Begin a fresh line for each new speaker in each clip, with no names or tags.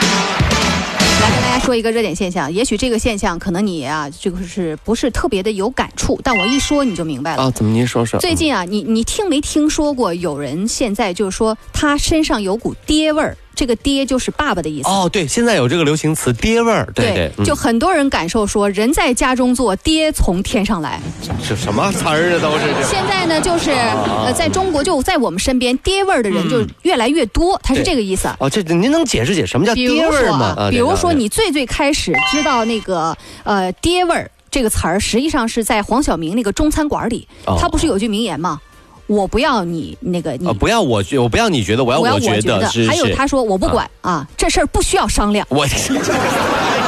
来跟大家说一个热点现象，也许这个现象可能你啊，这个是不是特别的有感触？但我一说你就明白了。
啊，怎么您说说？
最近啊，你你听没听说过有人现在就是说他身上有股爹味儿？这个爹就是爸爸的意思。
哦，对，现在有这个流行词“爹味儿”，对对，嗯
就很多人感受说，人在家中坐，爹从天上来。
这什么词儿啊，都是这。
现在呢，就是呃，在中国就在我们身边，爹味儿的人就越来越多，他是
嗯对
这个意思。
哦，这这您能解释解释什么叫
比
爹
如
味
说
儿吗？
啊，
啊
比如说，
对
你最最开始知道那个呃“爹味儿”这个词儿，实际上是在黄晓明那个中餐馆里，
哦
他不是有句名言吗？我不要你那个你，
啊，不要我觉，我不要你觉得，我要
我要我
觉得，是
还有
是
他说我不管啊，这事儿不需要商量，
我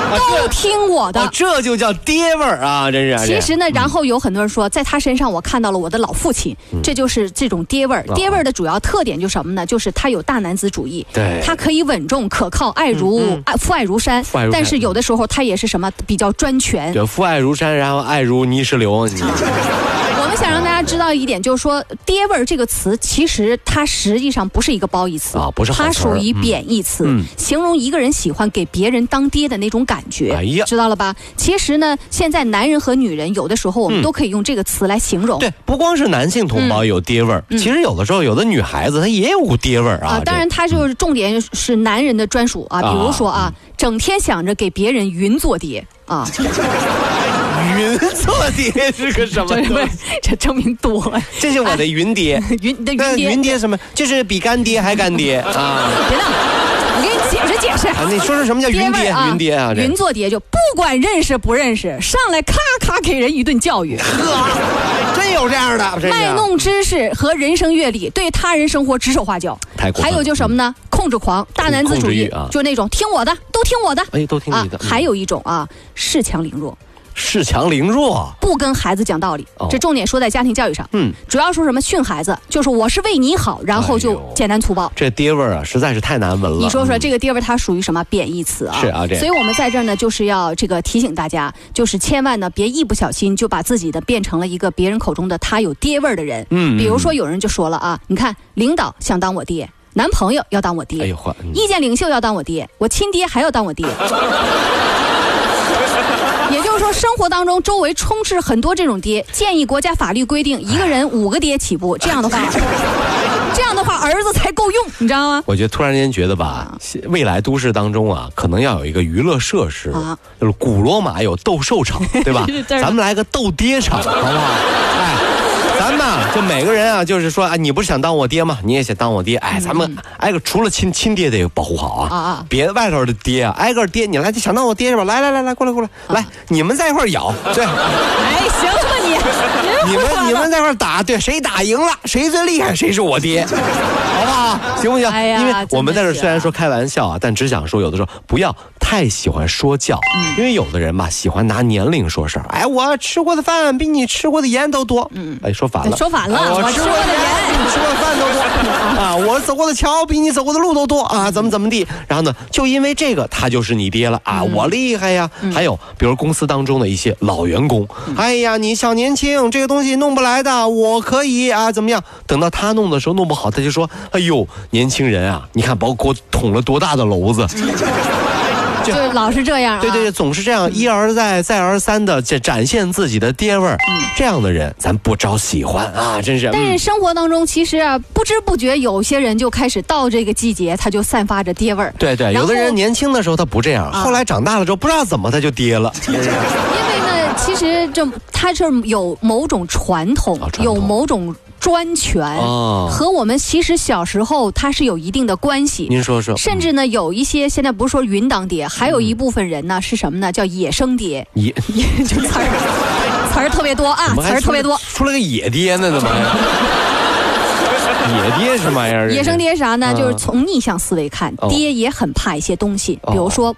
啊
都听我
这啊
的。
这就叫爹味儿啊，真是。
其实呢，然后有很多人说，在他身上我看到了我的老父亲，
嗯
这就是这种爹味儿。
啊
爹味儿的主要特点就是什么呢？就是他有大男子主义，
对嗯
他可以稳重可靠，爱如爱父爱如山
父爱如，山
但是有的时候他也是什么比较专权，
对父爱如山，然后爱如泥石 流，你
嗯我们想让大家知道一点，就是说“爹味儿”这个词，其实它实际上不是一个褒义词
啊不是好
它
词儿
属于贬义词，
嗯
形容一个人喜欢给别人当爹的那种感觉。
哎呀
知道了吧？其实呢，现在男人和女人有的时候我
嗯
们都可以用这个词来形容。
对，不光是男性同胞有爹味儿，其实有的时候有的女孩子她也有股爹味儿
嗯
啊
啊，。当然，它就是重点是男人的专属啊，比如说啊，
嗯
整天想着给别人云做爹 啊，
这云做爹是个什 么
这
东西？
这证明多 呀
这是我的云爹。
云你的
那
啊 云爹，
云爹什么？就是比干爹还干爹啊！
别闹，我给你解释解释。
啊，你说说什么叫云
味
爹
儿？啊
云爹啊，这
云做爹就不管认识不认识，上来咔咔给人一顿教育，
真有这样的，真
啊卖
是
弄知识和人生阅历，对他人生活指手画脚。
太过分了
还有就是什么呢？控制狂、大男子主义
嗯控制欲，啊
就是那种听我的，都听我的
哎，都听
啊
你的。。
还有一种啊，恃强凌弱，
恃强凌弱，
不跟孩子讲道理
哦。
这重点说在家庭教育上，
嗯，
主要说什么训孩子，就是我是为你好，然后
哎
就
呦
简单粗暴。
这爹味儿啊，实在是太难闻了。嗯
你说说这个爹味儿，它属于什么贬义词啊？
是啊这
所以我们在这儿呢，就是要这个提醒大家，就是千万呢别一不小心就把自己的变成了一个别人口中的他有爹味儿的人。
嗯
比如说有人就说了啊，你看领导想当我爹，男朋友要当我
嗯，哎
爹
呦，，嚯，嗯
意见领袖要当我爹，我亲爹还要当我爹。 也就是说，生活当中周围充斥很多这种爹。建议国家法律规定，一个人五个爹起步，这样的话，这样的话儿子才够用，你知道吗？啊
我觉得突然间觉得吧，未来都市当中啊，可能要有一个娱乐设施
啊，
就是古罗马有斗兽 场，对吧
是？这儿
咱们来个斗 爹场，好不好？哎，咱们啊，就每个人啊，就是说，哎，你不是想当我爹吗？你也想当我爹，哎，咱们挨个除了亲亲爹得保护好啊，
嗯啊啊
别外头的爹啊，挨个爹，你来就想当我爹是吧？来来来来，过来过来，
啊
来，你们在一块儿咬，对，
哎，行了吧你，
你们你们在一块儿打，对，谁打赢了，谁最厉害，谁是我爹，好不好？行不行？
哎呀
因为我们在这
真的是啊
儿虽然说开玩笑啊，但只想说，有的时候不要太喜欢说教，
嗯
因为有的人吧，喜欢拿年龄说事儿。哎，我吃过的饭比你吃过的盐都多。嗯，哎，说反了，
说反了
哎
我吃过的盐
比你吃过的饭都多啊，我走过的桥比你走过的路都多啊，怎么怎么地。然后呢，就因为这个，他就是你爹了啊，
嗯
我厉害呀。还有，比如公司当中的一些老员工，
嗯
哎呀，你小年轻，这个东西弄不来的，我可以啊，怎么样？等到他弄的时候弄不好，他就说，哎呦，年轻人啊，你看把我给我捅了多大的娄子。
就是老是这样、啊。
对对对，总是这样一而再、再而三的展展现自己的爹味儿，
嗯
这样的人咱不招喜欢啊，真是。
但
嗯
是生活当中，其实啊，不知不觉有些人就开始到这个季节，他就散发着爹味儿。
对对，
然后
有
啊
的人年轻的时候他不这样，后来长大了之后不知道怎么他就爹 了。
因为呢，其实这他是有某种传统，
啊传统
有某种专权，
哦
和我们其实小时候它是有一定的关系。
您说说，
甚至呢，有一些现在不是说云当爹，还有一部分人
嗯
呢是什么呢？叫野生爹，
野
也 就词儿词儿特别多啊，
怎么
词
还
儿
出
特别多。
出来个野爹呢？怎 么还？野爹什么玩意儿？
野生爹啥呢？
嗯
就是从逆向思维看，
哦
爹也很怕一些东西，
哦嗯
比如说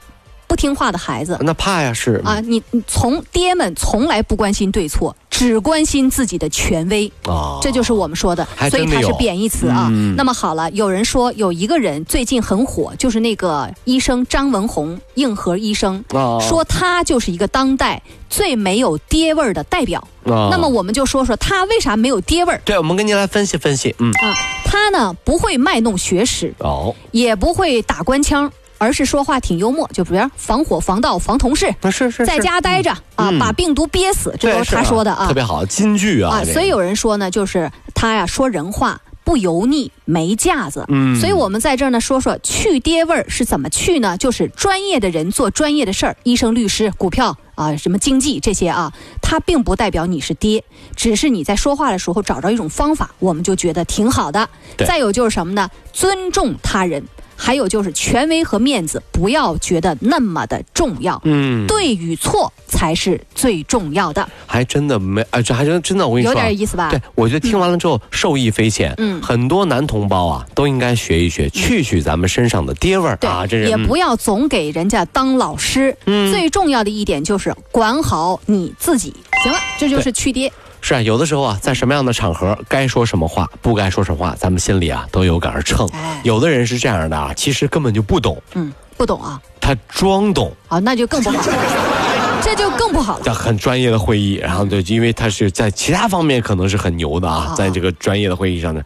不听话的孩子啊
那怕呀是
啊，你你从爹们从来不关心对错，只关心自己的权威。
啊
这就是我们说的
还，
所以
真
它
没
是
有嗯
贬义词啊。那么好了，有人说有一个人最近很火，就是那个医生张文宏，硬核医生，
啊
说他就是一个当代最没有爹味儿的代表。
啊
那么我们就说说他为啥没有爹味儿
对，我们跟您来分析分析，嗯，
啊？他呢不会卖弄学识，
哦，
也不会打官腔，而是说话挺幽默，就比如防火、防盗、防同事，
那是是
在
是
家待着啊，把病毒憋死，这都
对
是
是
他说的
特
啊
别好，金句啊，
啊。
这个
所以有人说呢，就是他呀说人话。不油腻，没架子，嗯，所以我们在这儿呢说说去爹味儿是怎么去呢？就是专业的人做专业的事儿，医生、律师、股票啊，什么经济这些啊，它并不代表你是爹，只是你在说话的时候找着一种方法，我们就觉得挺好的。
对
再有就是什么呢？尊重他人，还有就是权威和面子，不要觉得那么的重要，
嗯，
对与错才是最重要的，
还真的没，哎，这还真真的，我跟你
有
说啊，
点意思吧？
对，我觉得听完了之后受益匪浅。
嗯
很多男同胞啊，都应该学一学，去去咱们身上的爹味儿
对，
啊，这嗯是
也
嗯
不要总给人家当老师。最重要的一点就是管好你自己。行了，这就是去爹。
是啊，有的时候啊，在什么样的场合该说什么话，不该说什么话，咱们心里啊都有杆儿秤
哎。
有的人是这样的啊，其实根本就不懂，
嗯，不懂啊，
他装懂，
啊，那就更不好， 这就更不好了。
在很专业的会议，然后就因为他是在其他方面可能是很牛的啊
啊，
在这个专业的会议上呢。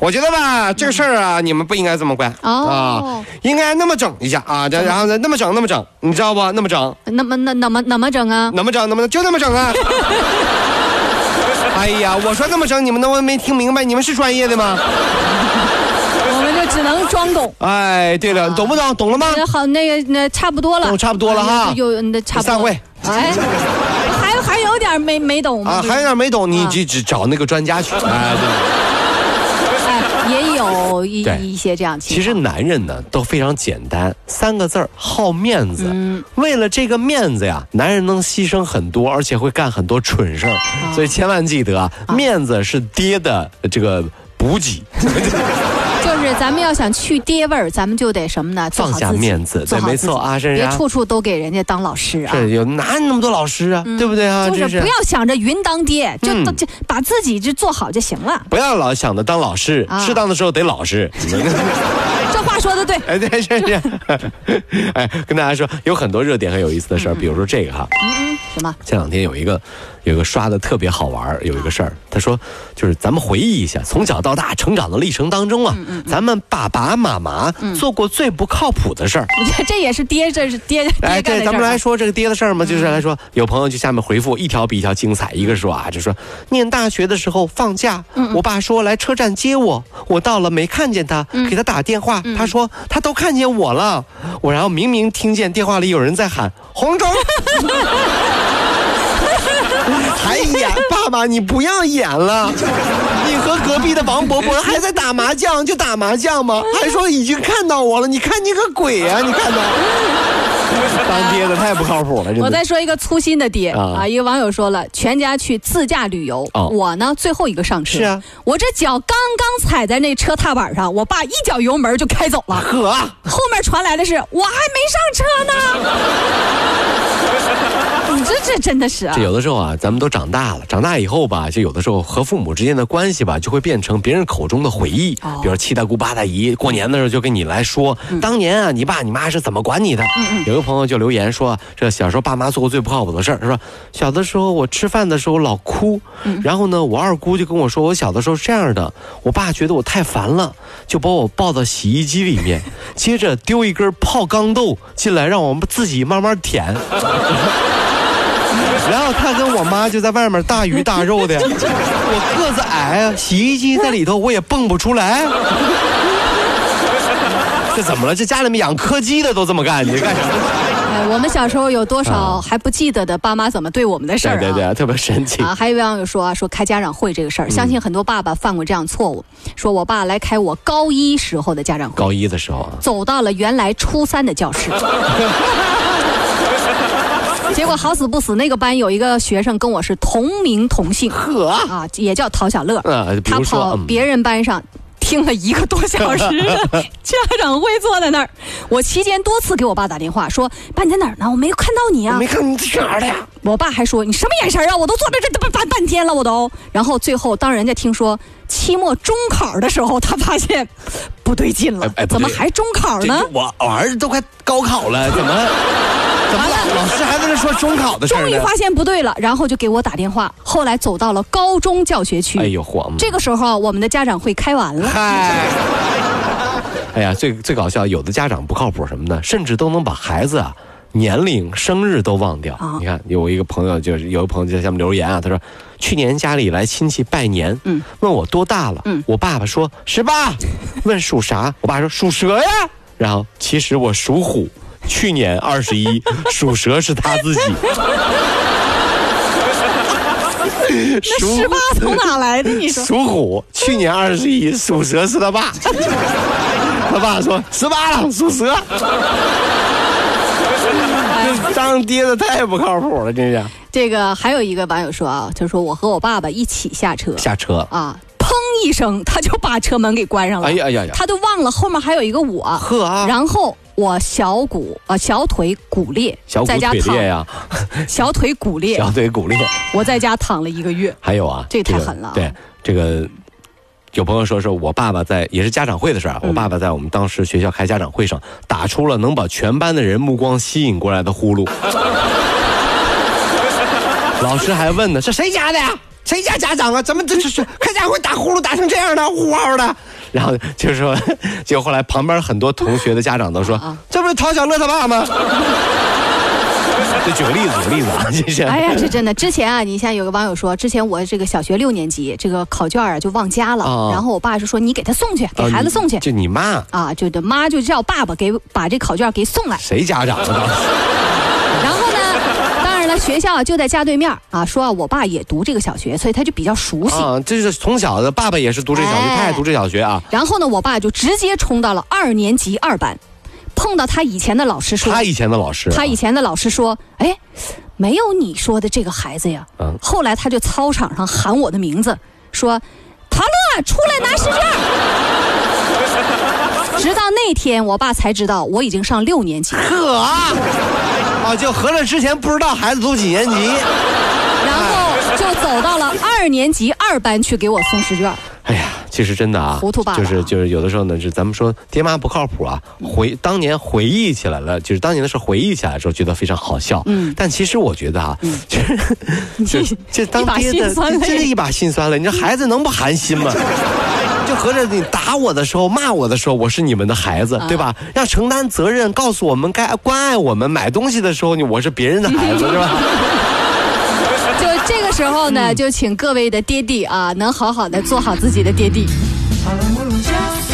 我觉得吧，这个事儿啊，你们不应该这么管、
嗯哦嗯
啊，应该那么整一下啊，这然后呢，那么整，那么整，你知道不？那么整，
那么那那么那么整 啊？
怎么整？怎么整？就那么整 啊！哎呀，我说那么整，你们能没听明白？你们是专业的吗？
我们就只能装懂。
哎，对了，懂不懂？懂了吗？
那啊好，那个那差不多了，
哦差不多了哈
啊有有那差不多。
散会。
哎，还还有点没没懂吗？
啊，还有点没懂，你
啊
就只找那个专家去。哎，对
哎，也有一
对
一些这样情
其
况。
实男人呢都非常简单，三个字儿好面子。
嗯
为了这个面子呀，男人能牺牲很多，而且会干很多蠢事儿。所以千万记得啊，面子是爹的这个补给。
啊就是咱们要想去爹味儿，咱们就得什么呢？做好
放下
自己
面子
做
对
好
没
自己
错啊珊
别
珊
处处都给人家当老师啊。
这有哪有那么多老师啊？对不对啊？
嗯就
这嗯
是不要想着云当爹，就都就把自己就做好就行了。
不要老想着当老师，
啊
适当的时候得老实。
这话说的对，
哎，对，是是。 哎，跟大家说，有很多热点很有意思的事儿，比如说这个哈，
什么？
前两天有一个有一个刷的特别好玩儿，有一个事儿，他说就是咱们回忆一下从小到大成长的历程当中啊，咱们爸爸妈妈做过最不靠谱的事儿。
这这也是爹，这是爹爹
哎，
干的
对，
事
咱们
儿啊嗯
来说这个爹的事儿嘛，就是来说，有朋友就下面回复一条比一条精彩，一个说啊，就说念大学的时候放假，
嗯
我爸说来车站接我，我到了没看见他，
嗯
给他打电话，他说他都看见我了，我然后明明听见电话里有人在喊红 中。还演哎爸爸，你不要演了！你和隔壁的王伯伯还在打麻将，就打麻将吗？还说已经看到我了，你看你个鬼呀、你看到？当爹的太不靠谱了，真
我
的
再。说一个粗心的爹
啊
啊！一个网友说了，全家去自驾旅游，
哦
我呢最后一个上车。
是啊，
我这脚刚刚踩在那车踏板上，我爸一脚油门就开走了。
可
后面传来的是我还 没上车呢。你这这真的是啊
这！有的时候啊，咱们都长大了，长大以后吧，就有的时候和父母之间的关系吧，就会变成别人口中的回忆。
哦嗯
比如七大姑八大姨，过年的时候就跟你来说，当年啊，你爸你妈是怎么管你的？有个朋友就留言说，这小时候爸妈做过最不靠谱的事儿，他说小的时候我吃饭的时候老哭，
嗯
然后呢，我二姑就跟我说，我小的时候是这样的，我爸觉得我太烦了，就把我抱到洗衣机里面，接着丢一根泡缸豆进来，让我们自己慢慢舔。然后他跟我妈就在外面大鱼大肉的， 我个子矮啊，洗衣机在里头我也蹦不出来。这怎么了？这家里面养柯基的都这么干，你干什么？
哎，我们小时候有多少还不记得的爸妈怎么对我们的事儿啊？
啊对对对，特嗯别神奇。
啊，还有网友说啊，说开家长会这个事儿，相信很多爸爸犯过这样错误。说我爸来开我高一时候的家长会，
高一的时候啊，
走到了原来初三的教 室。结果好死不死，那个班有一个学生跟我是同名同姓，
呵
啊，也叫陶小乐，
啊比
他
如说
跑
嗯
别人班上。听了一个多小时的家长会，坐在那儿。我期间多次给我爸打电话说：“爸，你在哪儿呢？我没有看到你啊
没。看你去哪儿了呀？”
我爸还说：“你什么眼神啊？我都坐在这这半半半天了，我都。”然后最后，当人家听说期末中考的时候，他发现不对劲了，
哎哎不
怎么
对
还中考
这
呢？
我我儿子都快高考了，怎么怎么
完了
老老师还在那说中考的事
终
儿
于
呢？
发现不对了，然后就给我打电话。后来走到了高中教学区，
哎呦，慌！
这个时候啊我们的家长会开完 了。
嗨，哎呀，最最搞笑，有的家长不靠谱什么呢？甚至都能把孩子啊年龄、生日都忘掉。
啊
你看，有一个朋友就是有一个朋友就在下面留言啊，他说去年家里来亲戚拜年，
嗯
问我多大了，
嗯
我爸爸说 十八，问属啥，我爸说属蛇呀，然后其实我属虎。去年二十一，属蛇是他自己。
那十八从哪来的？你说
属虎，去年二十一，属蛇是他爸。 他爸说十八了，属蛇。 这当爹的太不靠谱了，真是。
这个还有一个网友说啊，他说我和我爸爸一起下车
下车，
啊，砰一声他就把车门给关上了，
哎呀哎呀呀！
他都忘了后面还有一个我，
呵啊，
然后。我小骨啊、小腿骨裂，
小骨
在家
腿
躺
裂呀、
小腿骨裂
小，腿骨裂。
我在家躺了一个月。
还有啊，
这也太
个
狠了啊
对，这个有朋友说说，我爸爸在也是家长会的事儿啊，
嗯
我爸爸在我们当时学校开家长会上打出了能把全班的人目光吸引过来的呼 噜。老师还问呢，是谁家的呀？谁家家长啊？咱们这这这开家长会打呼噜打成这样的，呼嗷的。然后就说， 就后来旁边很多同学的家长都说，
啊
这不是陶小乐他 爸吗？就举个例子，举个例子啊，这 是。
哎呀，这真的，之前啊，你像有个网友说，之前我这个小学六年级这个考卷啊就忘家了，
啊
然后我爸就说你给他送去，给孩子送去。
就哦你妈。
啊，就的妈就叫爸爸给把这考卷给送 来，
谁家长啊？
然后呢，当然了，学校啊就在家对面啊，说啊我爸也读这个小学，所以他就比较熟悉。
啊，这是从小的，爸爸也是读这小学，
哎
他也读这小学啊。
然后呢，我爸就直接冲到了二年级二班，碰到他以前的老师说，
他以前的老师啊，
他以前的老师说，哎，没有你说的这个孩子呀。
嗯
后来他就操场上喊我的名字，说：“陶乐，出来拿试卷。” 直到那天，我爸才知道我已经上六年级了。
可啊，啊，就合着之前不知道孩子读几年级。
然后就走到了二年级二班去给我送试卷。
哎呀，其实真的啊，
糊涂爸爸
就是就是有的时候呢，是咱们说爹妈不靠谱啊，回当年回忆起来了，就是当年的事回忆起来的时候，觉得非常好笑。
嗯
但其实我觉得啊， 这 这当
一把
爹的
辛酸
这
泪
真是一把辛酸泪。你 这孩子能不寒心吗？就合着你打我的时候、骂我的时候，我是你们的孩
啊
子，对吧？要承担责任，告诉我们该关爱我们。买东西的时候，你我是别人的 孩子，是吧？
就这个时候
嗯
呢，就请各位的爹地啊，能好好的做好自己的爹地。
Just